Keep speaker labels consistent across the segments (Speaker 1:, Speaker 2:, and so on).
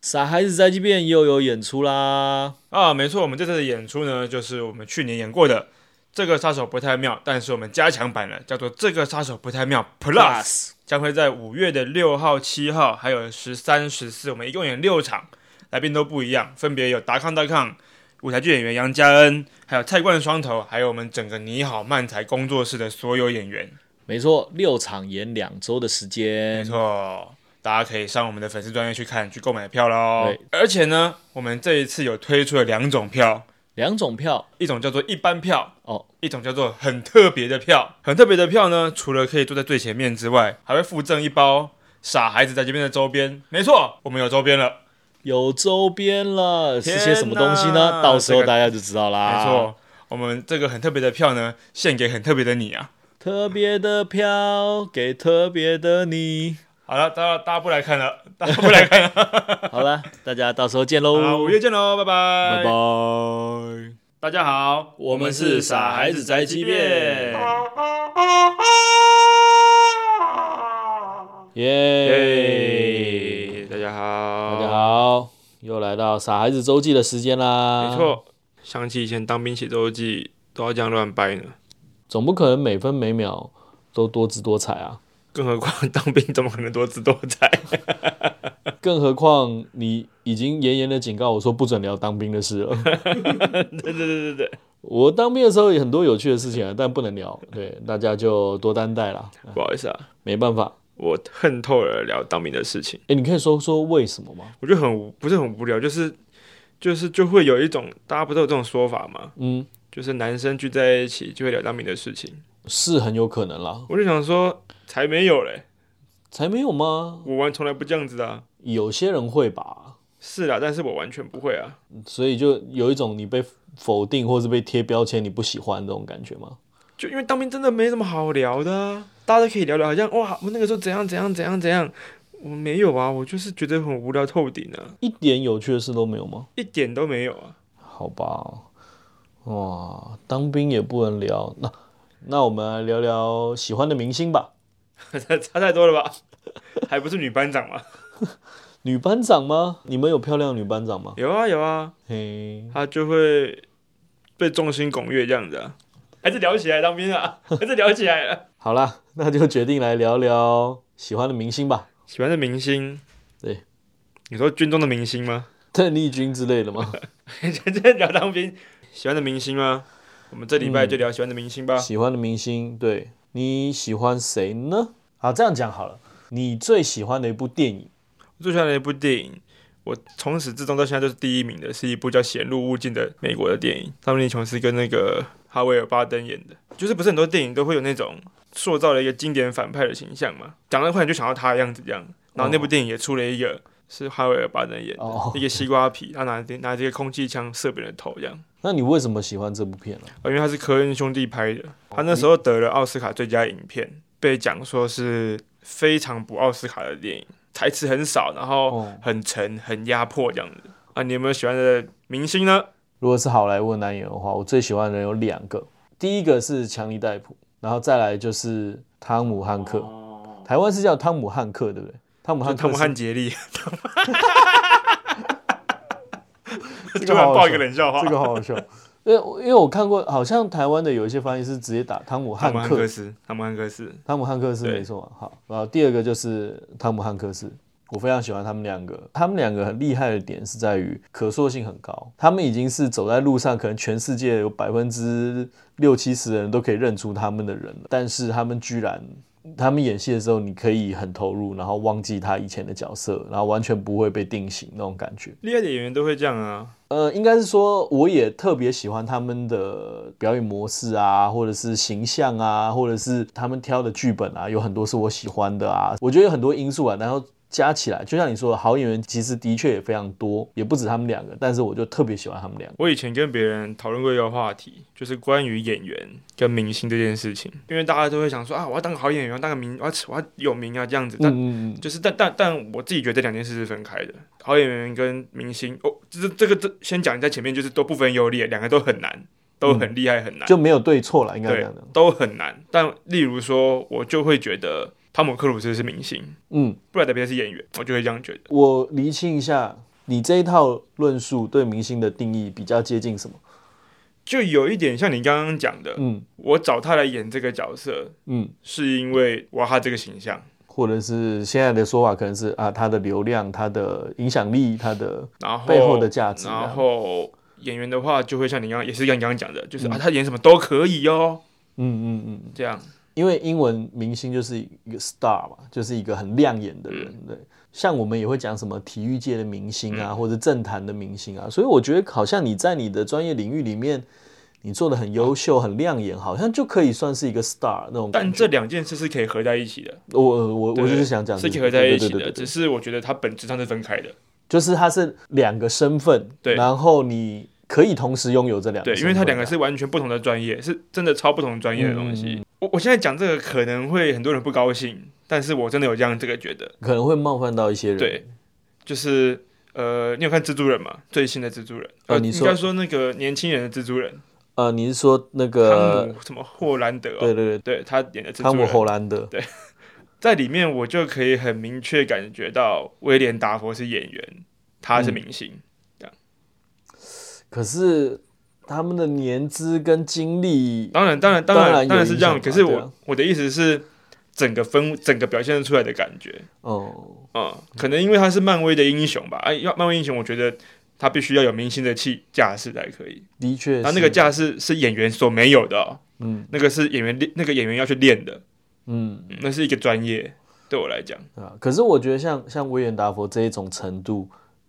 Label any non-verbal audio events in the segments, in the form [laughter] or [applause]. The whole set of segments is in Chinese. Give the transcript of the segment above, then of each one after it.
Speaker 1: 傻孩子宅急便又有演出啦！
Speaker 2: 啊，没错，我们这次的演出呢，就是我们去年演过的《这个杀手不太妙》，但是我们加强版了，叫做《这个杀手不太妙 Plus》，将会在五月的六号、七号，还有十三、十四，我们一共演六场，来宾都不一样，分别有达康、达康、舞台剧演员杨佳恩，还有蔡冠双头，还有我们整个你好漫才工作室的所有演员。
Speaker 1: 没错，六场演两周的时
Speaker 2: 没
Speaker 1: 间，
Speaker 2: 错，大家可以上我们的粉丝专页去看，去购买票喽
Speaker 1: 对。
Speaker 2: 而且呢，我们这一次有推出了两种票，
Speaker 1: 两种票
Speaker 2: 一种叫做一般票，
Speaker 1: 哦，
Speaker 2: 一种叫做很特别的票。很特别的票呢，除了可以坐在最前面之外，还会附赠一包傻孩子在这边的周边。没错，我们有周边了，
Speaker 1: 有周边了，是
Speaker 2: 天
Speaker 1: 些什么东西呢？
Speaker 2: 哪
Speaker 1: 到时候
Speaker 2: 这个
Speaker 1: 大家就知道啦。
Speaker 2: 没错。我们这个很特别的票呢，献给很特别的你啊！
Speaker 1: 特别的票给特别的你。
Speaker 2: 好了，大家大家不来看了，大家不来看了。
Speaker 1: [laughs] 好了，大家到时候见
Speaker 2: 好，
Speaker 1: 喽
Speaker 2: 五，月见喽，拜拜。
Speaker 1: 拜拜。
Speaker 2: 大家好，
Speaker 1: 我们是傻孩子宅急便耶！
Speaker 2: 耶，大家好，
Speaker 1: 大家，好，又来到傻孩子周记的时间啦。
Speaker 2: 没，错，想起以前当兵写周记都要这样乱掰呢，
Speaker 1: 总不可能每分每秒都多姿多彩啊，
Speaker 2: 更何况当兵怎么可能多姿多彩？
Speaker 1: 更何况你已经严严的警告我说不准聊当兵的事了。
Speaker 2: [laughs]
Speaker 1: [laughs]
Speaker 2: 对对对对对，
Speaker 1: 我当兵的时候有很多有趣的事情啊，但不能聊，对大家就多担待啦，
Speaker 2: 不好意思啊，
Speaker 1: 没办法。
Speaker 2: 我恨透了聊当兵的事情，
Speaker 1: 哎，你可以说说为什么吗？
Speaker 2: 我觉得很无，不是很无聊，就是就是就会有一种大家不都有这种说法吗？
Speaker 1: 嗯，
Speaker 2: 就是男生聚在一起就会聊当兵的事情，
Speaker 1: 是很有可能啦，
Speaker 2: 我就想说才没有嘞，
Speaker 1: 才没有吗？
Speaker 2: 我玩从来不这样子的啊、
Speaker 1: 有些人会吧，
Speaker 2: 是啦，但是我完全不会啊。
Speaker 1: 所以就有一种你被否定或是被贴标签，你不喜欢这种感觉吗？
Speaker 2: 就因为当兵真的没什么好聊的、啊，大家都可以聊聊，好像哇，我那个时候怎样怎样怎样怎样，我没有啊，我就是觉得很无聊透顶啊，
Speaker 1: 一点有趣的事都没有吗？
Speaker 2: 一点都没有啊。 [laughs]
Speaker 1: 好吧，哇，当兵也不能聊。那那我们来聊聊喜欢的明星吧。
Speaker 2: 差太多了吧？ [laughs] 还不是女班长吗？
Speaker 1: 女班长吗？你们有漂亮女班长吗？
Speaker 2: 有啊有啊，
Speaker 1: 嘿，
Speaker 2: 她就会被众星拱月这样子啊。还是聊起来当兵啊， [laughs] 还是聊起来了。
Speaker 1: 好啦，那就决定来聊聊喜欢的明星吧。 [laughs]
Speaker 2: 喜欢的明星，
Speaker 1: 对，
Speaker 2: 你说军中的明星吗？ [laughs]
Speaker 1: 邓丽君之类的 [laughs] 吗？
Speaker 2: 真的聊当兵，喜欢的明星吗？我们这礼拜就聊喜欢的明星吧。
Speaker 1: 喜欢的明星，对你喜欢谁呢？好，这样讲好了，你最喜欢的一部电影，
Speaker 2: 最喜欢的一部电影，我从始至终到现在都是第一名的，是一部叫《显露勿近》的美国的电影，汤姆·尼琼斯跟那个哈维尔·巴登演的。就是不是很多电影都会有那种塑造了一个经典反派的形象嘛？讲到快点就想到他的样子这样。然后那部电影也出了一个是哈维尔·巴登演的，
Speaker 1: 哦
Speaker 2: 一个西瓜皮，他拿拿这个空气枪射别人的头这样。
Speaker 1: 那你为什么喜欢这部片呢、
Speaker 2: 啊因为他是科恩兄弟拍的，他那时候得了奥斯卡最佳影片，被讲说是非常不奥斯卡的电影，台词很少，然后
Speaker 1: 哦，
Speaker 2: 很沉、很压迫这样子啊。你有没有喜欢的明星呢？
Speaker 1: 如果是好莱坞男演员的话，我最喜欢的人有两个，第一个是强尼戴普，然后再来就是汤姆汉克，台湾是叫汤姆汉克，对不对？哦汤姆汉
Speaker 2: 就
Speaker 1: 克是，
Speaker 2: 汤姆汉杰
Speaker 1: [laughs]
Speaker 2: 利。 [laughs]
Speaker 1: 这
Speaker 2: 突
Speaker 1: 个好
Speaker 2: 然
Speaker 1: 好
Speaker 2: 爆一
Speaker 1: 笑
Speaker 2: 个冷笑话。
Speaker 1: 这个好好笑。 [laughs] 因为因为我看过，好像台湾的有一些翻译是直接打汤姆汉
Speaker 2: 汤姆汉
Speaker 1: 克
Speaker 2: 克，斯，汤姆汉克斯，
Speaker 1: 汤姆汉克斯
Speaker 2: 对
Speaker 1: 没错嘛。好，然后第二个就是汤姆汉克斯，我非常喜欢他们两个。他们两个很厉害的点是在于可塑性很高，他们已经是走在路上，可能全世界有百分之六七十的人都可以认出他们的人了，但是他们居然。他们演戏的时候，你可以很投入，然后忘记他以前的角色，然后完全不会被定型那种感觉。
Speaker 2: 厉害的演员都会这样啊。
Speaker 1: 呃，应该是说，我也特别喜欢他们的表演模式啊，或者是形象啊，或者是他们挑的剧本啊，有很多是我喜欢的啊。我觉得有很多因素啊，然后加起来，就像你说的，好演员其实的确也非常多，也不止他们两个，但是我就特别喜欢他们两个。
Speaker 2: 我以前跟别人讨论过一个话题，就是关于演员跟明星这件事情，因为大家都会想说啊，我要当个好演员，我要当个明，我要我要有名啊这样子。但
Speaker 1: 嗯，
Speaker 2: 就是但但但我自己觉得这两件事是分开的，好演员跟明星哦，这这个这先讲在前面，就是都不分优劣，两个都很难，都很厉害，很难，
Speaker 1: 嗯就没有对错了，应该这
Speaker 2: 对
Speaker 1: 样的。，
Speaker 2: 都很难。但例如说，我就会觉得汤姆克鲁斯是明星，
Speaker 1: 嗯，
Speaker 2: 布莱德别是演员，我就会这样觉得。
Speaker 1: 我厘清一下，你这一套论述对明星的定义比较接近什么？
Speaker 2: 就有一点像你刚刚讲的，
Speaker 1: 嗯
Speaker 2: 我找他来演这个角色，
Speaker 1: 嗯，
Speaker 2: 是因为我要他这个形象，
Speaker 1: 或者是现在的说法可能是啊，他的流量、他的影响力、他的
Speaker 2: 然后
Speaker 1: 背后的价值啊
Speaker 2: 然后演员的话，就会像你刚刚也是像你刚刚讲的，就是、啊，他演什么都可以哦，
Speaker 1: 嗯嗯嗯，
Speaker 2: 这样。
Speaker 1: 因为英文明星就是一个 star 嘛，就是一个很亮眼的人，
Speaker 2: 嗯
Speaker 1: 对。像我们也会讲什么体育界的明星啊，或者政坛的明星啊，所以我觉得好像你在你的专业领域里面，你做的很优秀、很亮眼，好像就可以算是一个 star 那种
Speaker 2: 但
Speaker 1: 感觉。
Speaker 2: 这两件事是可以合在一起的，
Speaker 1: 我我我
Speaker 2: 对
Speaker 1: 就是想讲
Speaker 2: 是
Speaker 1: 这个，
Speaker 2: 可以合在一
Speaker 1: 对
Speaker 2: 起
Speaker 1: 对对对
Speaker 2: 的，
Speaker 1: 对
Speaker 2: 只是我觉得它本质上是分开的。
Speaker 1: 就是它是两个身份，
Speaker 2: 对
Speaker 1: 然后你可以同时拥有这两个
Speaker 2: 对，
Speaker 1: 身份啊，
Speaker 2: 因为它两个是完全不同的专业，是真的超不同专业的东
Speaker 1: 嗯
Speaker 2: 西。我我现在讲这个可能会很多人不高兴，但是我真的有这样这个觉得。
Speaker 1: 啊可能会冒犯到一些人，
Speaker 2: 对，就是呃，你有看蜘蛛人吗？最新的蜘蛛人，
Speaker 1: 呃
Speaker 2: 呃，
Speaker 1: 你
Speaker 2: 应
Speaker 1: 说
Speaker 2: 该说那个年轻人的蜘蛛人，
Speaker 1: 呃，你是说那
Speaker 2: 汤
Speaker 1: 个，
Speaker 2: 姆什么霍兰德、哦，
Speaker 1: 对呃对对，
Speaker 2: 对他演的蜘
Speaker 1: 汤
Speaker 2: 蛛
Speaker 1: 姆·
Speaker 2: 人，
Speaker 1: 霍兰德，
Speaker 2: 在里面我就可以很明确感觉到威廉达佛是演员，他
Speaker 1: 嗯
Speaker 2: 是明星。
Speaker 1: 可是他们的年资跟经历，
Speaker 2: 当然，当然，当
Speaker 1: 当然
Speaker 2: 然，
Speaker 1: 有
Speaker 2: 当然是这样。
Speaker 1: 影响
Speaker 2: 可
Speaker 1: 嘛
Speaker 2: 是
Speaker 1: 对
Speaker 2: 我、
Speaker 1: 啊
Speaker 2: 我的意思是，整个分整个表现出来的感觉，
Speaker 1: 哦，
Speaker 2: 嗯，可能因为他是漫威的英雄吧。哎、要漫威英雄，我觉得他必须要有明星的气架势才可以。
Speaker 1: 的确，
Speaker 2: 他那个，架势是演员所没有的哦、
Speaker 1: 嗯
Speaker 2: 那个是演员练，那个演员要去练的，
Speaker 1: 嗯
Speaker 2: 嗯那是一个专业。对我来讲，
Speaker 1: 啊，可是我觉得像像威廉达佛这一种程度，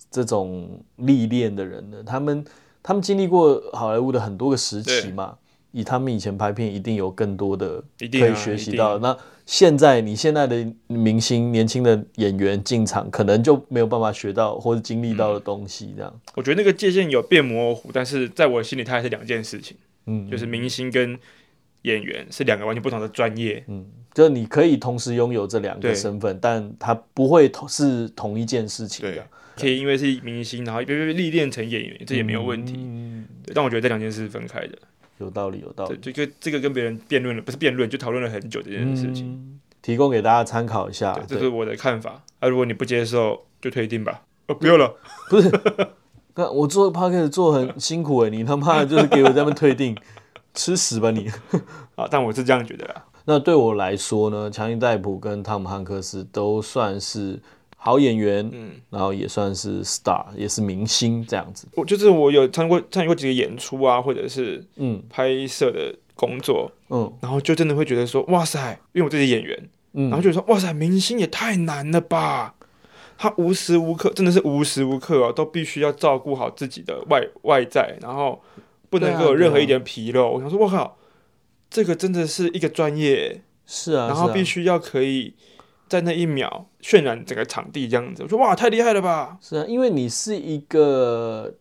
Speaker 1: 这种历练的人呢，他们他们经历过好莱坞的很多个时期
Speaker 2: 对
Speaker 1: 嘛。以他们以前拍片，一定有更多的
Speaker 2: 一定啊
Speaker 1: 可以学习到。
Speaker 2: 一
Speaker 1: 那现在你现在的明星、年轻的演员进场，可能就没有办法学到或者经历到
Speaker 2: 嗯
Speaker 1: 的东西，这样。
Speaker 2: 我觉得那个界限有变模糊，但是在我心里，它还是两件事情，
Speaker 1: 嗯，
Speaker 2: 就是明星跟演员是两个完全不同的专业。
Speaker 1: 就你可以同时拥有这两个
Speaker 2: 对
Speaker 1: 身份，但它不会同是同一件事情的。
Speaker 2: 可以因为是明星，然后被被历练成演员，这也没有问题。
Speaker 1: 嗯，
Speaker 2: 对但我觉得这两件事是分开的。
Speaker 1: 有道理，有道
Speaker 2: 对，
Speaker 1: 理。
Speaker 2: 就就这个跟别人辩论了，不是辩论，就讨论了很久这件事情。
Speaker 1: 嗯，啊提供给大家参考一下。
Speaker 2: 对，这
Speaker 1: 对
Speaker 2: 是我的看法。啊，如果你不接受，就退订吧。哦，
Speaker 1: 嗯
Speaker 2: 不用了，
Speaker 1: 那我做 p o d c a s t 做很辛苦哎、你他妈的就是给我在那边退订， [laughs] 吃屎吧你！ [laughs]
Speaker 2: 啊，但我是这样觉得啦。
Speaker 1: 那对我来说呢，强尼戴普跟汤姆汉克斯都算是好演员，
Speaker 2: 嗯，
Speaker 1: 然后也算是 star，也是明星这样子。
Speaker 2: 我就是我有参过参与过几个演出啊，或者是
Speaker 1: 嗯
Speaker 2: 拍摄的工作，
Speaker 1: 嗯
Speaker 2: 然后就真的会觉得说，哇塞，因为我自己演员，
Speaker 1: 嗯，
Speaker 2: 然后就说，哇塞，明星也太难了吧。他无时无刻真的是无时无刻哦，都必须要照顾好自己的外外在，然后不能够有
Speaker 1: 对啊对啊
Speaker 2: 任何一点纰漏。我想说，我靠，这个真的是一个专业耶，
Speaker 1: 是啊，
Speaker 2: 然后
Speaker 1: 是啊
Speaker 2: 必须要可以在那一秒渲染整个场地这样子。我说哇，太厉害了吧！
Speaker 1: 是啊，因为你是一个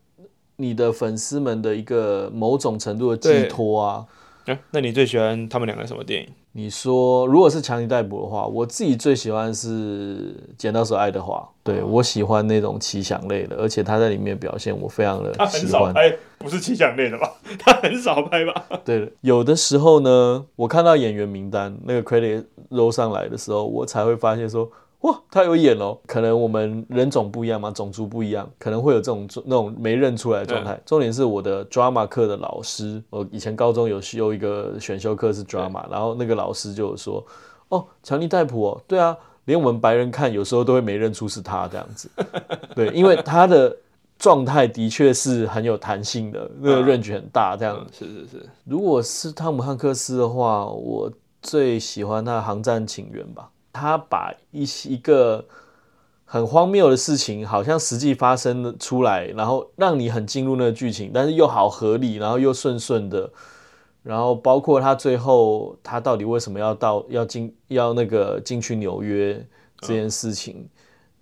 Speaker 1: 你的粉丝们的一个某种程度的寄
Speaker 2: 对
Speaker 1: 托啊。
Speaker 2: 啊、那你最喜欢他们两个什么电影？
Speaker 1: 你说，如果是强尼戴普的话，我自己最喜欢是《剪刀手爱德华》对，我喜欢那种奇想类的，而且他在里面的表现我非常的喜欢。
Speaker 2: 拍，不是奇想类的吧？ [laughs] 他很少拍吧？
Speaker 1: 对，有的时候呢，我看到演员名单那个 credit roll 上来的时候，我才会发现说，哇，他有演哦。可能我们人种不一样嘛，种族不一样，可能会有这种那种没认出来的状态。重点是我的 drama 课的老师，我以前高中有修一个选修课是 drama，然后那个老师就有说，哦，强尼戴普哦，对啊，连我们白人看有时候都会没认出是他这样子。对，因为他的。状态的确是很有弹性的，那个 range 很大，这样
Speaker 2: 嗯，是是是，
Speaker 1: 如果是汤姆汉克斯的话，我最喜欢他的《航站情缘》吧。他把一些一个很荒谬的事情，好像实际发生的出来，然后让你很进入那个剧情，但是又好合理，然后又顺顺的。然后包括他最后他到底为什么要到要进要那个进去纽约这件事情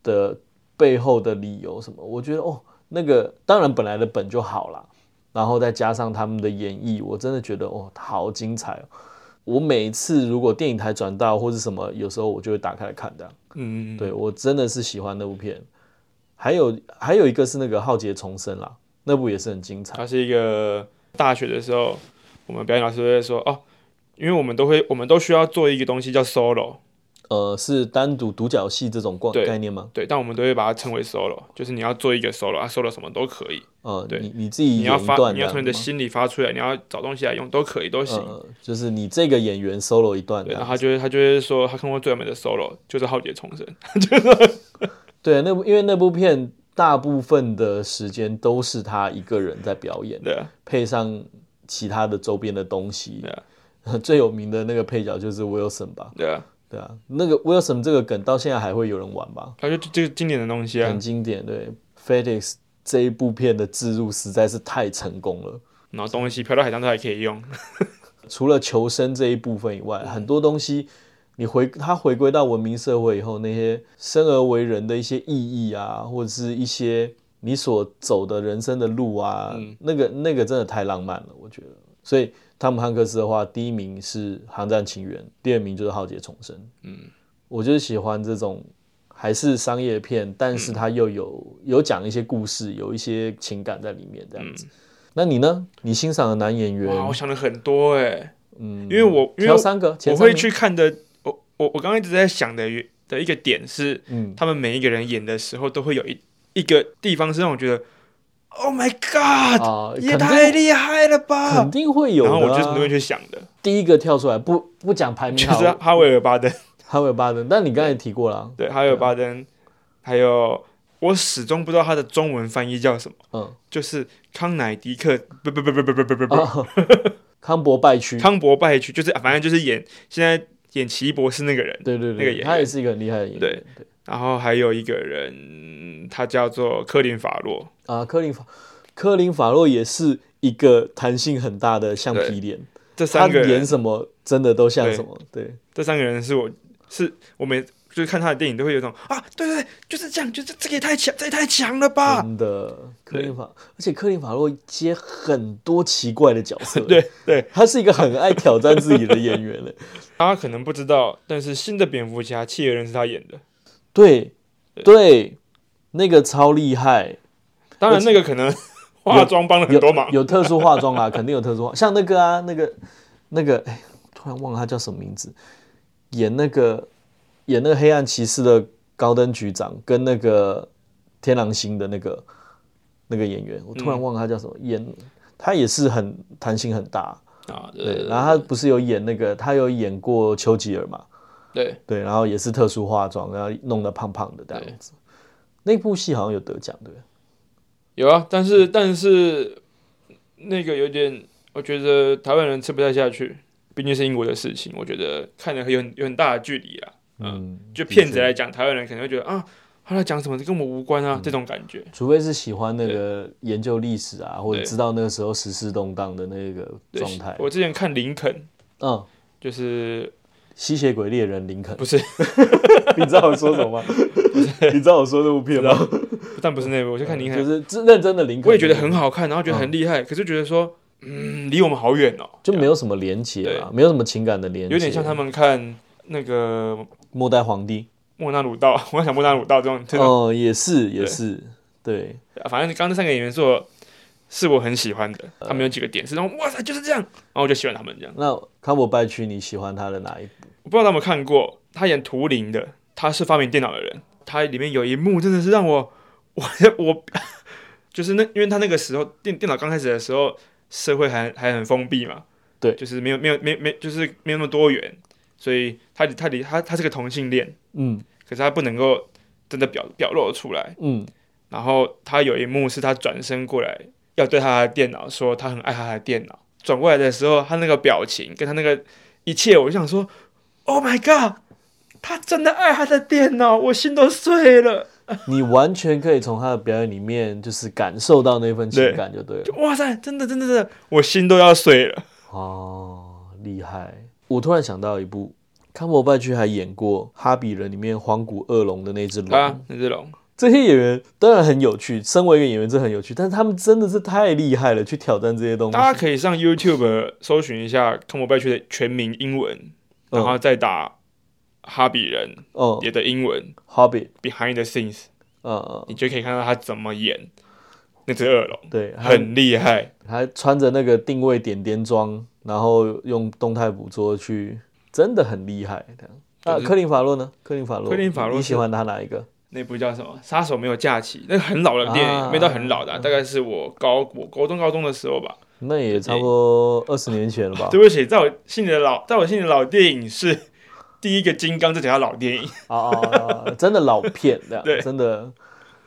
Speaker 1: 的背后的理由什么，我觉得哦，那个当然本来的本就好啦，然后再加上他们的演绎，我真的觉得哦，好精彩哦！我每次如果电影台转到或是什么，有时候我就会打开来看的。
Speaker 2: 嗯，
Speaker 1: 对我真的是喜欢那部片。还有还有一个是那个《浩劫重生》啦，那部也是很精彩。
Speaker 2: 他是一个大学的时候，我们表演老师会说哦，因为我们都会，我们都需要做一个东西叫 solo，
Speaker 1: 呃是单独独角戏这种概
Speaker 2: 对
Speaker 1: 概念吗？
Speaker 2: 对，但我们都会把它称为 solo，就是你要做一个 solo，啊，solo 什么都可以，
Speaker 1: 呃，
Speaker 2: 对
Speaker 1: 你你自己
Speaker 2: 你要
Speaker 1: 演一
Speaker 2: 发，
Speaker 1: 段
Speaker 2: 你
Speaker 1: 这
Speaker 2: 要
Speaker 1: 样
Speaker 2: 从你
Speaker 1: 子
Speaker 2: 的
Speaker 1: 吗
Speaker 2: 心里发出来，你要找东西来用都可以，都行。
Speaker 1: 呃，就是你这个演员 solo 一段这
Speaker 2: 对，
Speaker 1: 样
Speaker 2: 然后他就会他就会说，他看过最完美的 solo 就是浩劫重生，
Speaker 1: 对，那部因为那部片大部分的时间都是他一个人在表演，
Speaker 2: 对啊，
Speaker 1: 配上其他的周边的东西。
Speaker 2: 对啊
Speaker 1: [laughs] 最有名的那个配角就是 Wilson 吧？
Speaker 2: 对啊，
Speaker 1: 对啊，那个 Wilson 这个梗到现在还会有人玩吧？
Speaker 2: 他就这个经典的东西啊
Speaker 1: 很，经典。对，FedEx 这一部片的植入实在是太成功了。
Speaker 2: 然后东西飘到海上都还可以用，
Speaker 1: 除了求生这一部分以
Speaker 2: 嗯
Speaker 1: 外，很多东西你回它回归到文明社会以后，那些生而为人的一些意义啊，或者是一些你所走的人生的路啊，
Speaker 2: 嗯
Speaker 1: 那个那个真的太浪漫了，我觉得。所以汤姆汉克斯的话，第一名是《航站情缘》，第二名就是《浩劫重生》。嗯，我就是喜欢这种。还是商业片，但是它又有、有讲一些故事，有一些情感在里面，这样子。那你呢？你欣赏的男演员
Speaker 2: 嗯哇，我想了很多哎、嗯，因为我因为
Speaker 1: 挑
Speaker 2: 我
Speaker 1: 三个，前
Speaker 2: 我
Speaker 1: 三
Speaker 2: 会
Speaker 1: 名
Speaker 2: 去看的，我我我刚刚一直在想的原的一个点是，
Speaker 1: 嗯
Speaker 2: 他们每一个人演的时候都会有一一个地方是让我觉得，Oh my God，、
Speaker 1: 啊，
Speaker 2: 也
Speaker 1: 肯
Speaker 2: 太
Speaker 1: 定
Speaker 2: 厉害了吧
Speaker 1: 肯！定会有
Speaker 2: 然
Speaker 1: 的啊。
Speaker 2: 后我就是那边去想的，
Speaker 1: 第一个跳出来，不不讲排名
Speaker 2: 就
Speaker 1: 好
Speaker 2: 是啊
Speaker 1: 了，
Speaker 2: 哈维尔巴登，
Speaker 1: 哈维巴登，但你刚才也提过了啊，
Speaker 2: 对，哈维尔巴登，还有我始终不知道他的中文翻译叫什么，
Speaker 1: 嗯
Speaker 2: 就是康乃狄克，不不不不不不不不不，
Speaker 1: 啊， [laughs] 康伯拜区，
Speaker 2: 康伯拜区，就是反正就是演现在演奇异博士那个人。
Speaker 1: 对对
Speaker 2: 那个演
Speaker 1: 对，
Speaker 2: 员
Speaker 1: 他也是一个很厉害的演员。
Speaker 2: 对
Speaker 1: 对
Speaker 2: 然后还有一个人，他叫做科林法洛，
Speaker 1: 啊，科林法科林法洛也是一个弹性很大的橡皮脸，
Speaker 2: 这
Speaker 1: 他
Speaker 2: 三个
Speaker 1: 演
Speaker 2: 人，
Speaker 1: 什么真的都像什么。对，
Speaker 2: 这三个人是我是我每就是看他的电影都会有一种啊，对对对，就是这样，就是这个也太强，这也太强了吧？
Speaker 1: 真的科
Speaker 2: 啊对。
Speaker 1: 林法，而且科林法洛接很多奇怪的角色
Speaker 2: [laughs] 对对，
Speaker 1: 他是一个很爱挑战自己的演员嘞。
Speaker 2: 大家可能不知道，但是新的蝙蝠侠企鹅人是他演的，
Speaker 1: 对对，那个超厉 [laughs] 害，
Speaker 2: 当然那个可能化妆帮了很
Speaker 1: 有
Speaker 2: 多忙，
Speaker 1: 有特殊化妆啦， [laughs] 肯定有特殊化，像那个啊，那个那个，哎，突然忘了他叫什么名字，演那个演那个黑暗骑士的高登局长跟那个天狼星的那个那个演员，我突然忘了他叫什么，演他也是很弹性很大，
Speaker 2: 啊，
Speaker 1: 对，然后他不是有演那个，他有演过丘吉尔嘛，
Speaker 2: 对
Speaker 1: 对，然后也是特殊化妆，然后弄得胖胖的这样子，那部戏好像有得奖，对不对？
Speaker 2: 有啊，但是但是那个有点，我觉得台湾人吃不太下去，毕竟是英国的事情，我觉得看了有很有很大的距离啊。
Speaker 1: 嗯，
Speaker 2: 就
Speaker 1: 的
Speaker 2: 骗子
Speaker 1: 确
Speaker 2: 来讲，台湾人可能会觉得啊，他在讲什么，这跟我无关
Speaker 1: 嗯
Speaker 2: 啊，这种感觉。
Speaker 1: 除非是喜欢那个研究历史啊，或者知道那个时候时事动荡的那个
Speaker 2: 对
Speaker 1: 状态。
Speaker 2: 我之前看林肯，
Speaker 1: 嗯，
Speaker 2: 就是
Speaker 1: 吸血鬼猎人林肯 [laughs]
Speaker 2: 不，是， [laughs]
Speaker 1: 你知道我说什么吗？你知道我说那部片吗？
Speaker 2: 但不是那部，我就看林
Speaker 1: 就
Speaker 2: 肯，
Speaker 1: 是真认真的林肯，
Speaker 2: 我也觉得很好看，然后觉得很厉害，可是觉得说，嗯，离我们好远哦，
Speaker 1: 就没有什么连结啊，没有什么情感的连结，
Speaker 2: 有点像他们看那个
Speaker 1: 末代皇帝。
Speaker 2: 莫纳鲁道， [laughs] 我想莫纳鲁道这种这种，
Speaker 1: 哦，也是也是，对，
Speaker 2: 反正刚刚那三个演员是我是我很喜欢的，他们有几个点是让我哇塞就是这样，然后我就喜欢他们这样。
Speaker 1: 那康伯拜区你喜欢他的哪一部？
Speaker 2: 我不知道他有没有看过，他演图灵的，他是发明电脑的人。他里面有一幕真的是让我，我 [laughs] 我就是那，因为他那个时候电电脑刚开始的时候，社会还还很封闭嘛，
Speaker 1: 对
Speaker 2: 就是没有没有没没就是没有那么多元，所以他他离他他是个同性恋，
Speaker 1: 嗯
Speaker 2: 可是他不能够真的表表露出来。
Speaker 1: 嗯
Speaker 2: 然后他有一幕是他转身过来要对他的电脑说他很爱他的电脑，转过来的时候他那个表情跟他那个一切，我就想说，Oh my god，他真的爱他的电脑，我心都碎了。
Speaker 1: 你完全可以从他的表演里面就是感受到那份情
Speaker 2: 对
Speaker 1: 感就对了。
Speaker 2: 哇塞，真的真的真的，我心都要碎了。
Speaker 1: 哦，厉害！我突然想到一部，康伯拜区还演过《哈比人》里面黄骨恶龙的那只龙。
Speaker 2: 啊，那只龙，
Speaker 1: 这些演员当然很有趣，身为一个演员真的很有趣，但是他们真的是太厉害了，去挑战这些东西。
Speaker 2: 大家可以上 YouTube 搜寻一下康伯拜区的全名英文，然后再打哈比人
Speaker 1: 哦
Speaker 2: 也的英文
Speaker 1: ，Hobbit，
Speaker 2: Behind the Scenes，
Speaker 1: 呃，
Speaker 2: 你就可以看到他怎么演那只恶龙，
Speaker 1: 对，还
Speaker 2: 很厉害。
Speaker 1: 还穿着那个定位点点装，然后用动态捕捉去，真的很厉害。这样那科林法洛呢？科林法洛，
Speaker 2: 科林法洛
Speaker 1: 你
Speaker 2: 是
Speaker 1: 喜欢他哪一个？
Speaker 2: 那部叫什么？杀手没有假期，那个很老的电影，
Speaker 1: 啊
Speaker 2: 没到很老的啊、大概是我高我高中高中的时候吧。
Speaker 1: 那也差不多二十年前了吧？
Speaker 2: 对不起，在我心里的老，在我心里的老电影是第一个《金刚》，这叫老电影。
Speaker 1: 啊啊啊！真的老片的，
Speaker 2: 对
Speaker 1: 真的。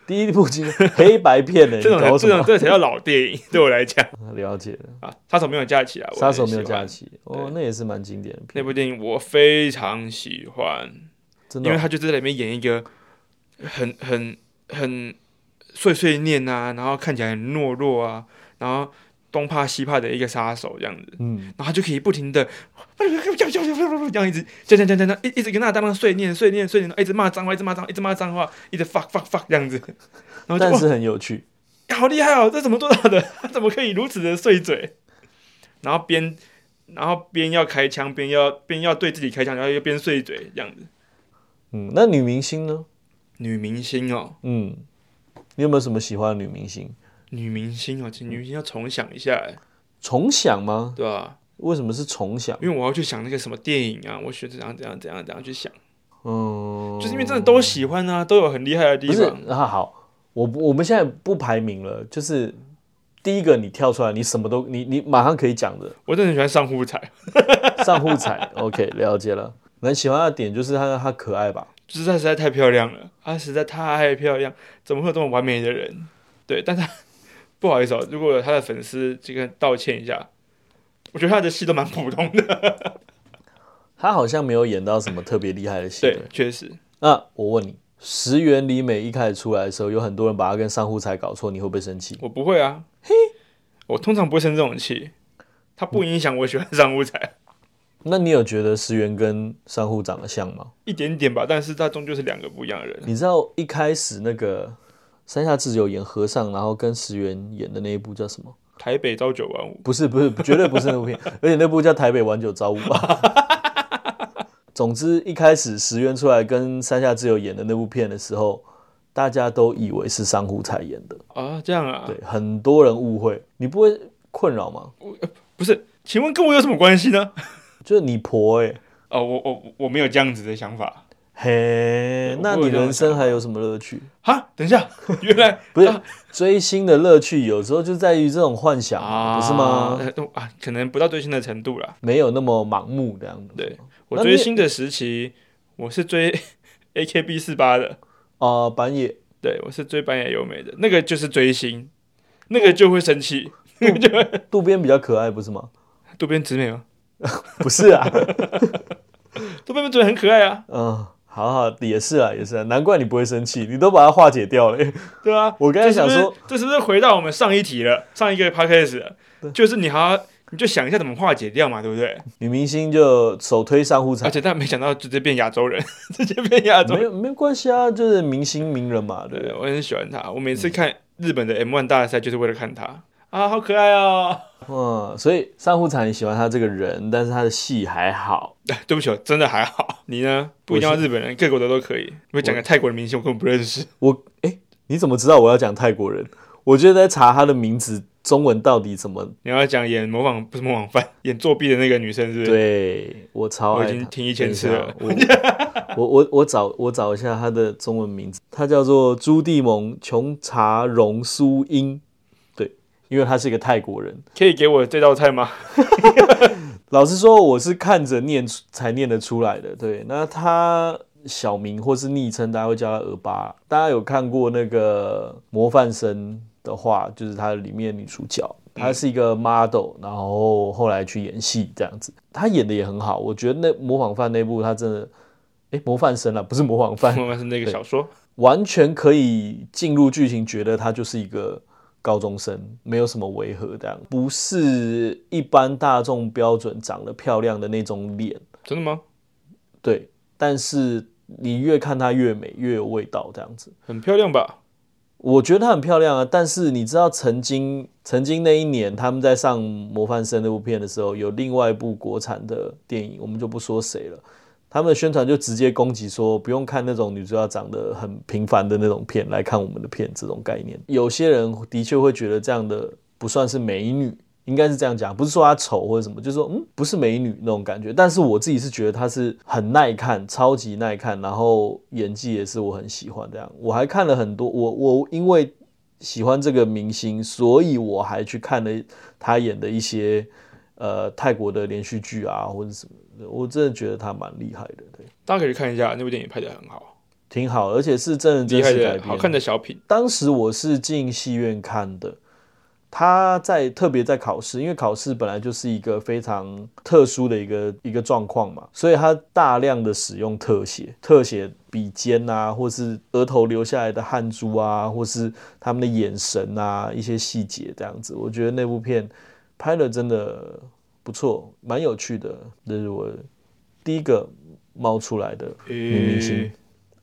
Speaker 1: 第一部经黑白片呢，
Speaker 2: [laughs] 这种
Speaker 1: 哎你搞啊
Speaker 2: 才
Speaker 1: 什
Speaker 2: 这种
Speaker 1: 么？
Speaker 2: 这才叫老电影，对我来讲
Speaker 1: 了解了，
Speaker 2: 啊，杀手没有假期啊，我
Speaker 1: 杀
Speaker 2: 很
Speaker 1: 手没有
Speaker 2: 喜欢
Speaker 1: 假期哦，那也是蛮经典的
Speaker 2: 那
Speaker 1: 片，
Speaker 2: 部电影，我非常喜欢，
Speaker 1: 真
Speaker 2: 因为
Speaker 1: 的
Speaker 2: 他就在里面演一个很很很碎碎念啊，然后看起来很懦弱啊，然后东怕西怕的一个杀手这样子。
Speaker 1: 嗯，
Speaker 2: 然后他就可以不停的，这样一直这样这样这样这样，一一直跟那个大妈碎念碎念碎念，一直骂脏话，一直骂脏，一直骂脏话，一直 fuck fuck fuck 这样子。然后就
Speaker 1: 但
Speaker 2: 哇，
Speaker 1: 是很有趣，
Speaker 2: 好厉害哦，这怎么做到的？ [laughs] 他怎么可以如此的碎嘴？然后边然后边要开枪，边要边要对自己开枪，然后又边碎嘴这样子。
Speaker 1: 嗯，那女明星呢？
Speaker 2: 女明星哦，
Speaker 1: 嗯，你有没有什么喜欢的女明星？
Speaker 2: 女明星哦，其实女明星要重想一下，哎
Speaker 1: 重想吗？
Speaker 2: 对吧、
Speaker 1: 为什么是重想？
Speaker 2: 因为我要去想那个什么电影啊，我选怎样怎样怎样怎样去想，
Speaker 1: 嗯，
Speaker 2: 就是因为真的都喜欢啊，都有很厉害的地
Speaker 1: 不是
Speaker 2: 方。
Speaker 1: 那好，我不我们现在不排名了，就是第一个你跳出来，你什么都你你马上可以讲的，
Speaker 2: 我真的很喜欢上户彩，
Speaker 1: 上户彩，OK，了解了。能喜欢他的点就是他他可爱吧，
Speaker 2: 就是她实在太漂亮了，她实在太漂亮，怎么会有这么完美的人？对，但她不好意思哦，如果有她的粉丝，这个道歉一下，我觉得她的戏都蛮普通的。
Speaker 1: 他好像没有演到什么特别厉害的戏。
Speaker 2: 对，确实，
Speaker 1: 那我问你，石原里美一开始出来的时候，有很多人把她跟上户彩搞错，你会不会生气？
Speaker 2: 我不会啊，嘿，我通常不会生这种气，她不影响我喜欢上户彩
Speaker 1: 那你有觉得石原跟上户长得像吗？
Speaker 2: 一点点吧，但是她终究是两个不一样的人。
Speaker 1: 你知道一开始那个山下智久演和尚，然后跟石原演的那一部叫什么？
Speaker 2: 台北朝九晚五，
Speaker 1: 不是不是， [laughs] 绝对不是那部片，而且那部叫《台北晚九朝五》
Speaker 2: [laughs]
Speaker 1: 吧。总之，一开始石原出来跟山下智久演的那部片的时候，大家都以为是商户才演的，
Speaker 2: 啊，这样啊，
Speaker 1: 对，很多人误会。你不会困扰吗？
Speaker 2: 不是，请问跟我有什么关系呢？
Speaker 1: 就是你婆哎、
Speaker 2: 哦，我我我没有这样子的想法。
Speaker 1: 嘿，那你人生还有什么乐趣？
Speaker 2: 哈，等一下，原来
Speaker 1: 不是追星的乐趣，有时候就在于这种幻想，不是吗？
Speaker 2: 呃都啊，可能不到最新的程度啦。
Speaker 1: 没有那么盲目这样子。
Speaker 2: 对我
Speaker 1: 那
Speaker 2: 追
Speaker 1: 你
Speaker 2: 星的时期，我是追 [laughs] AKB 四八的，
Speaker 1: 啊、板野
Speaker 2: 对我是追板野友美的，那个就是追星，那个就会生气。
Speaker 1: 渡边比较可爱，不是吗？ [laughs]
Speaker 2: 渡边直美吗？
Speaker 1: 不是啊。
Speaker 2: 渡边直美很可爱啊，
Speaker 1: 嗯，好好，也是啊，也是啊，难怪你不会生气，你都把它化解掉了。 [laughs]
Speaker 2: 对啊。
Speaker 1: 我刚才想说，
Speaker 2: 这是不是，这是不是回到我们上一题了？上一个 podcast 了就是你好好，你就想一下怎么化解掉嘛，对
Speaker 1: [laughs]
Speaker 2: 不对？
Speaker 1: 女明星就首推上户
Speaker 2: 而
Speaker 1: 彩，
Speaker 2: 且但没想到直接变亚洲人， [laughs] 直接变亚洲
Speaker 1: 没
Speaker 2: 人
Speaker 1: 有没有关系啊，就是明星名人嘛，对不
Speaker 2: 对，
Speaker 1: 对？
Speaker 2: 我很喜欢他。我每
Speaker 1: 嗯
Speaker 2: 次看日本的 M1 大赛，就是为了看他啊，好可爱哦！
Speaker 1: 嗯，所以上户彩你喜欢她这个人，但是她的戏还好。
Speaker 2: [laughs] 对不起，我真的还好。你呢？不一定要日本人，各国的都可以。我讲个泰国的明星，我根本不认识。
Speaker 1: 我哎，你怎么知道我要讲泰国人？我就在查她的名字中文到底怎么。
Speaker 2: 你要讲演模仿不是模仿犯， [laughs] 演作弊的那个女生是不是？
Speaker 1: 对哦我超爱
Speaker 2: 我已经
Speaker 1: 她
Speaker 2: 听一千次了。
Speaker 1: 等一下我我我我找我找一下她的中文名字，她叫做朱棣蒙琼查荣苏英，对，因为她是一个泰国人。
Speaker 2: 可以给我这道菜吗？
Speaker 1: 老实说，我是看着念出才念得出来的。对，那他小名或是昵称，大家会叫他“恶巴”。大家有看过那个《模范生》的话，就是她里面的女主角，她是一个 model，然后后来去演戏这样子。她演的也很好，我觉得那《模仿犯》那部，她真的，诶，模范生》啊，不是《模仿犯》，
Speaker 2: 我们是那个小说，
Speaker 1: 完全可以进入剧情，觉得他就是一个高中生，没有什么违和，这样不是一般大众标准长得漂亮的那种脸，
Speaker 2: 真的吗？
Speaker 1: 对。但是你越看她越美，越有味道，这样子。
Speaker 2: 很漂亮吧？
Speaker 1: 我觉得她很漂亮啊，但是你知道曾经曾经那一年他们在上《模范生》那部片的时候，有另外一部国产的电影，我们就不说谁了。他们的宣传就直接攻击说，不用看那种女主角长得很平凡的那种片来看我们的片，这种概念，有些人的确会觉得这样的不算是美女，应该是这样讲，不是说她丑或者什么，就是说嗯不是美女那种感觉。但是我自己是觉得她是很耐看，超级耐看，然后演技也是我很喜欢这样。我还看了很多，我我因为喜欢这个明星，所以我还去看了她演的一些呃泰国的连续剧啊或者什么的，我真的觉得她蛮厉害的，对，
Speaker 2: 大家可以去看一下那部电影，拍的很好，
Speaker 1: 挺好，而且是真人真
Speaker 2: 厉害
Speaker 1: 实改
Speaker 2: 的
Speaker 1: 编，
Speaker 2: 好看的小品。
Speaker 1: 当时我是进戏院看的，他在特别在考试，因为考试本来就是一个非常特殊的一个一个状况嘛，所以他大量的使用特写，特写笔尖啊，或是额头流下来的汗珠啊，或是他们的眼神啊，一些细节这样子。我觉得那部片拍的真的不错，蛮有趣的，这是我第一个冒出来的女明星
Speaker 2: 诶，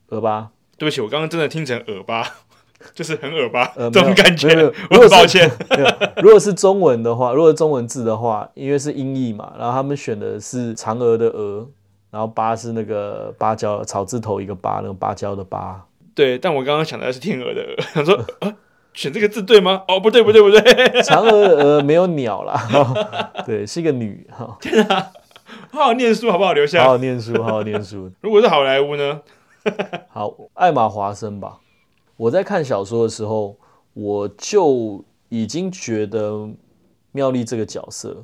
Speaker 1: 鹅吧。
Speaker 2: 对不起，我刚刚真的听成耳巴， [laughs] 就是很耳巴
Speaker 1: 呃，
Speaker 2: 这种感觉
Speaker 1: 没有没有，
Speaker 2: [laughs]
Speaker 1: 如
Speaker 2: 我
Speaker 1: 果是
Speaker 2: 很抱歉。
Speaker 1: 没有， [laughs] 如果是中文的话，如果是中文字的话，因为是音译嘛，然后他们选的是嫦娥的娥，然后芭是那个芭蕉草字头一个芭，那个芭蕉的芭。
Speaker 2: 对，但我刚刚想的是天鹅的 [laughs] 鹅，想说啊，选这个字对吗？哦，不对，不对，不对，
Speaker 1: [laughs]
Speaker 2: [laughs]
Speaker 1: 嫦娥的娥没有鸟啦， [laughs] 对，是一个女，哈，
Speaker 2: 好好念书好不好？留
Speaker 1: 好
Speaker 2: 下。
Speaker 1: 好念书，好好念书。
Speaker 2: 如果是好莱坞呢？
Speaker 1: 好，艾玛华生吧。我在看小说的时候，我就已经觉得妙丽这个角色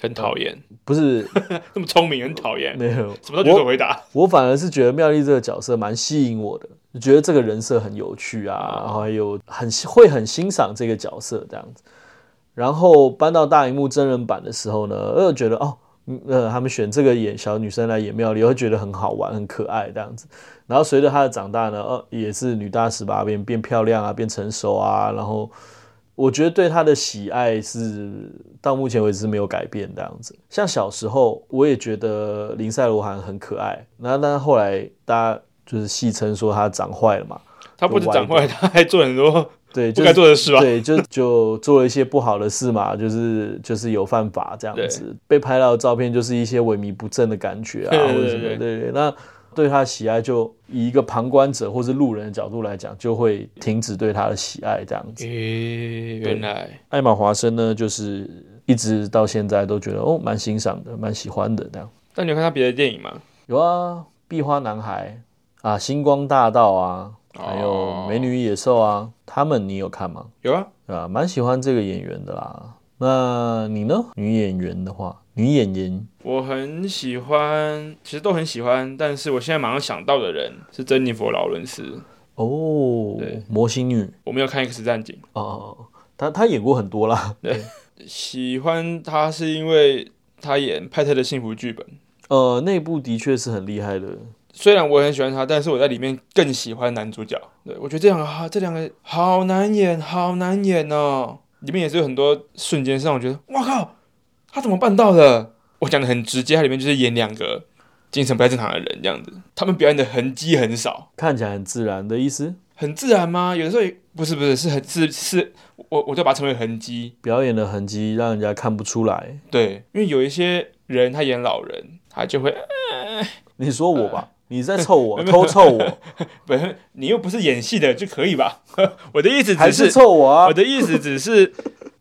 Speaker 2: 很讨厌，
Speaker 1: 不是
Speaker 2: 那么聪明，很讨厌，
Speaker 1: 没有，
Speaker 2: 什么都举手回答。
Speaker 1: 我反而是觉得妙丽这个角色蛮吸引我的，就觉得这个人设很有趣啊，然后还有很会很欣赏这个角色这样子。然后搬到大荧幕真人版的时候呢，呃，觉得哦，嗯呃，他们选这个演小女生来演妙丽，会觉得很好玩、很可爱这样子。然后随着她的长大呢，呃，也是女大十八变，变漂亮啊，变成熟啊，然后我觉得对她的喜爱是到目前为止是没有改变这样子。像小时候，我也觉得林赛罗韩很可爱，那那后来大家就是戏称说她长坏了嘛，
Speaker 2: 他不止长坏，他还做很多
Speaker 1: 对，
Speaker 2: [laughs] 不
Speaker 1: 就
Speaker 2: 该
Speaker 1: 是
Speaker 2: 做的事吧？
Speaker 1: 对，就就做了一些不好的事嘛，就是就是有犯法这样子，被拍到的照片就是一些萎靡不振的感觉啊，
Speaker 2: 对对
Speaker 1: 或者什么，
Speaker 2: 对对
Speaker 1: 对对。那对他的喜爱，就以一个旁观者或是路人的角度来讲，就会停止对他的喜爱这样子。
Speaker 2: 诶，原来
Speaker 1: 艾玛华生呢，就是一直到现在都觉得哦，蛮欣赏的，蛮喜欢的这样。
Speaker 2: 那你有看他别的电影吗？
Speaker 1: 有啊，壁花男孩啊，星光大道啊，还
Speaker 2: 哦
Speaker 1: 有美女与野兽啊，他们你有看吗？
Speaker 2: 有啊，
Speaker 1: 对吧？蛮喜欢这个演员的啦。那你呢？女演员的话，女演员
Speaker 2: 我很喜欢，其实都很喜欢，但是我现在马上想到的人是珍妮佛劳伦斯。
Speaker 1: 哦
Speaker 2: 对，
Speaker 1: 魔形女
Speaker 2: 我没有看《X 战警
Speaker 1: 哦哦，哦她她演过很多啦。》，
Speaker 2: 喜欢他是因为他演派特的幸福剧本。
Speaker 1: 呃，那部的确是很厉害的。
Speaker 2: 虽然我很喜欢他，但是我在里面更喜欢男主角。对我觉得这两个啊，这两个好难演，好难演哦。里面也是有很多瞬间是让我觉得，哇靠，他怎么办到的？我讲的很直接，他里面就是演两个精神不太正常的人这样子，他们表演的痕迹很少，
Speaker 1: 看起来很自然的意思，
Speaker 2: 很自然吗？有的时候也不是不是是很是是，我我就把它称为痕迹。
Speaker 1: 表演的痕迹让人家看不出来。
Speaker 2: 对，因为有一些人他演老人，他就会，
Speaker 1: 你说我
Speaker 2: 呃
Speaker 1: 吧，你在臭
Speaker 2: [laughs]
Speaker 1: 我，偷臭我，
Speaker 2: 不是你又不是演戏的就可以吧？ [laughs] 我的意思
Speaker 1: 还
Speaker 2: 只
Speaker 1: 是
Speaker 2: 是。
Speaker 1: 臭我啊
Speaker 2: 我？的意思只是，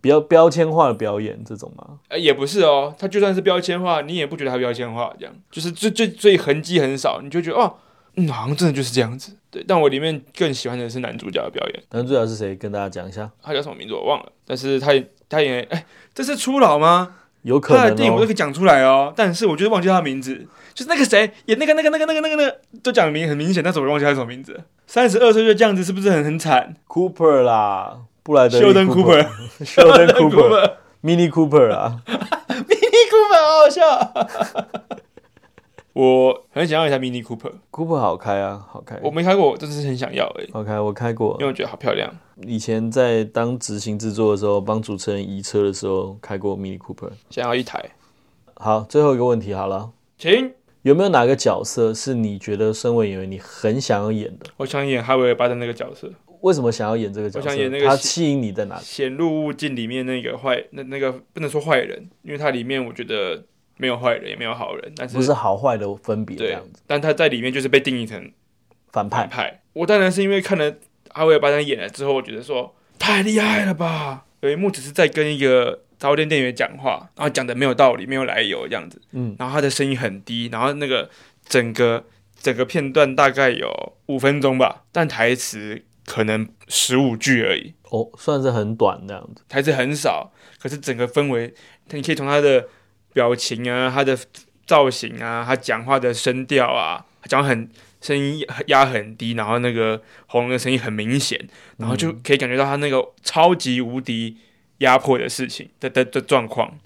Speaker 1: 标标签化的表演这种吗？
Speaker 2: 呃，也不是哦，它就算是标签化，你也不觉得它标签化，这样就是最最最痕迹很少，你就觉得哦，嗯，好像真的就是这样子。对，但我里面更喜欢的是男主角的表演，
Speaker 1: 男主角是谁？跟大家讲一下，
Speaker 2: 他叫什么名字我忘了，但是他也他演，哎，这是初老吗？
Speaker 1: 有可
Speaker 2: 他的
Speaker 1: 能
Speaker 2: 电影我都
Speaker 1: 哦。
Speaker 2: 可以讲出来哦，但是我就是忘记他的名字，就是那个谁演那个那个那个那个那个那个，都讲明很明显，但是我忘记他叫什么名字。三十二岁就这样子，是不是很很惨？
Speaker 1: Cooper 啦，布莱德利
Speaker 2: 休
Speaker 1: [laughs]
Speaker 2: 登
Speaker 1: Cooper，
Speaker 2: Cooper，
Speaker 1: 休登
Speaker 2: Cooper [laughs]
Speaker 1: Cooper，Mini Cooper 啊。
Speaker 2: Mini Cooper 好好笑。 [laughs] 我很想要一台 Mini Cooper，
Speaker 1: Cooper 好开啊，好开，
Speaker 2: 我没开过，真的是很想要哎、
Speaker 1: 好开，我开过
Speaker 2: 因为。我觉得好漂亮。
Speaker 1: 以前在当执行制作的时候，帮主持人移车的时候，开过 Mini Cooper。
Speaker 2: 想要一台，
Speaker 1: 好，最后一个问题好了，
Speaker 2: 请
Speaker 1: 有没有哪个角色是你觉得身为演员你很想要演的？
Speaker 2: 我想演哈维尔巴的那个角色，
Speaker 1: 为什么想要演这个角
Speaker 2: 我
Speaker 1: 色？
Speaker 2: 想演那个
Speaker 1: 他
Speaker 2: 戏
Speaker 1: 吸引你在哪
Speaker 2: 《
Speaker 1: 里？
Speaker 2: 显露物境》里面那个坏，那那个不能说坏人，因为它里面我觉得没有坏人，也没有好人，但是
Speaker 1: 不是好坏的分别这
Speaker 2: 对
Speaker 1: 样子，，
Speaker 2: 但他在里面就是被定义成
Speaker 1: 反派
Speaker 2: 反派。我当然是因为看了哈维尔巴登演了之后，我觉得说太厉害了吧。有一幕只是在跟一个早点店员讲话，然后讲的没有道理，没有来由这样子，
Speaker 1: 嗯，
Speaker 2: 然后他的声音很低，然后那个整个整个片段大概有五分钟吧，但台词可能十五句而已，
Speaker 1: 哦，算是很短这样子。
Speaker 2: 台词很少，可是整个氛围，你可以从他的表情啊、他的造型啊、他讲话的声调啊，他讲话很声音压很低，然后那个喉咙的声音很明显，然后就可以感觉到他那个超级无敌压迫的事情的的的状况。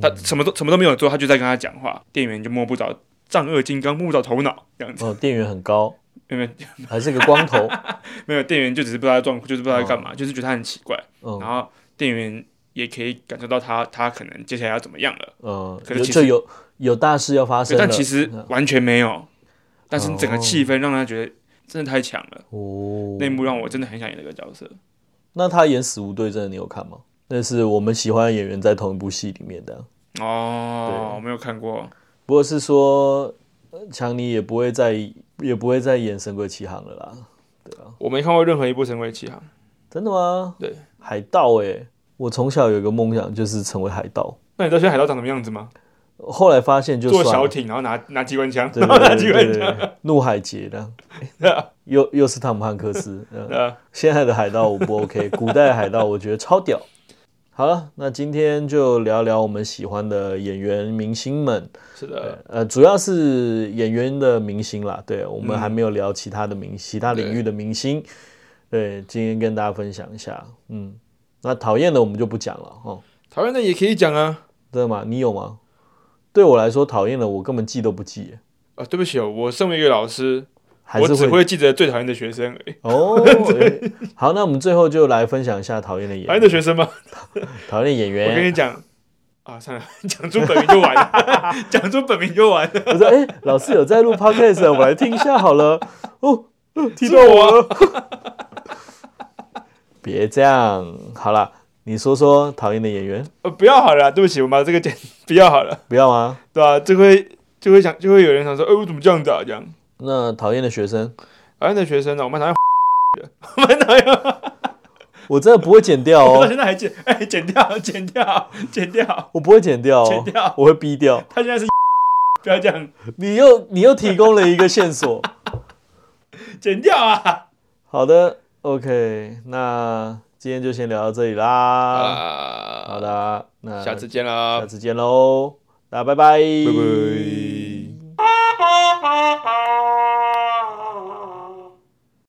Speaker 2: 他什么都什么都没有做，他就在跟他讲话，店员就摸不着丈二金刚摸不着头脑这样子，
Speaker 1: 哦，店员很高，
Speaker 2: 因为
Speaker 1: 还是个光
Speaker 2: [laughs]
Speaker 1: 头。
Speaker 2: 没有店员就只是不知道他状，就是不知道他干嘛，就是觉得他很奇怪。
Speaker 1: 嗯
Speaker 2: 然后店员也可以感受到他他可能接下来要怎么样了，
Speaker 1: 嗯，
Speaker 2: 可是
Speaker 1: 有
Speaker 2: 其
Speaker 1: 就
Speaker 2: 实
Speaker 1: 有有大事要发生了。嗯
Speaker 2: 但其实完全没有，但是整个
Speaker 1: 哦
Speaker 2: 气氛让他觉得真的太强了，
Speaker 1: 哦，
Speaker 2: 那一幕让我真的很想演那个角色。
Speaker 1: 那他演《死无对证》，你有看吗？那是我们喜欢的演员在同一部戏里面的啊。
Speaker 2: 哦，我没有看过，
Speaker 1: 不过是说，呃强尼也不会再也不会再演《神鬼奇航》了啦。
Speaker 2: 我没看过任何一部《神鬼奇航》。
Speaker 1: 真的吗？
Speaker 2: 对，
Speaker 1: 海盗诶、我从小有一个梦想就是成为海盗，
Speaker 2: 那你知道现在海盗长什么样子吗？
Speaker 1: 后来发现就
Speaker 2: 坐
Speaker 1: 算
Speaker 2: 小
Speaker 1: 了。
Speaker 2: 艇，然后拿拿机关枪，
Speaker 1: 对
Speaker 2: 然
Speaker 1: 对
Speaker 2: 后拿
Speaker 1: 对对对
Speaker 2: 机关
Speaker 1: 对
Speaker 2: 枪。
Speaker 1: 对，怒海劫的，又又是汤姆汉克斯。嗯
Speaker 2: 呃，
Speaker 1: 现在的海盗我不 OK，古代的海盗我觉得超屌。好了，那今天就聊聊我们喜欢的演员明星们，
Speaker 2: 是的，
Speaker 1: 呃，主要是演员的明星啦。对我们
Speaker 2: 嗯
Speaker 1: 还没有聊其他的明其他领域的明星，对，今天跟大家分享一下。嗯，那讨厌的我们就不讲了哦，
Speaker 2: 台湾的也可以讲啊。
Speaker 1: 真的吗？你有吗？对我来说，讨厌的我根本记都不记，
Speaker 2: 啊，对不起哦，我身为一个老师，
Speaker 1: 还
Speaker 2: 我
Speaker 1: 是
Speaker 2: 只
Speaker 1: 会
Speaker 2: 会记得最讨厌的学生而已。
Speaker 1: [laughs] 哦。诶好，那我们最后就来分享一下讨厌的演
Speaker 2: 讨厌的
Speaker 1: 员，
Speaker 2: 学生吗？
Speaker 1: 讨厌的演
Speaker 2: 我跟
Speaker 1: 员。
Speaker 2: 你讲，啊，算了，讲出本名就完了， [laughs] 讲出本名就完了。
Speaker 1: 我说：“哎、老师有在录 podcast，啊我来听一下好了。”哦，呃听到我了。 [laughs] 别这样，好啦，你说说讨厌的演员，
Speaker 2: 呃，不要好了，对不起，我把这个剪，不要好了，
Speaker 1: 不要啊吗？
Speaker 2: 对吧、就会就会想，就会有人想说，哎、我怎么这样子啊？这样，
Speaker 1: 那讨厌的学生，
Speaker 2: 讨厌的学生呢、我们讨厌的， [laughs] 我们讨厌，
Speaker 1: 我真的不会剪掉
Speaker 2: 我到 [laughs]
Speaker 1: 哦，
Speaker 2: 现在还剪，哎、剪掉，剪掉，剪掉，
Speaker 1: 我不会剪掉哦
Speaker 2: 剪，掉，
Speaker 1: 我会逼掉。
Speaker 2: 他现在是 [laughs] 不要这样，
Speaker 1: 你又你又提供了一个线索， [laughs]
Speaker 2: 剪掉啊！
Speaker 1: 好的，OK，那今天就先聊到这里啦。
Speaker 2: 啊
Speaker 1: 好的，那
Speaker 2: 见啦
Speaker 1: 下次见喽，大家拜拜，
Speaker 2: 拜拜。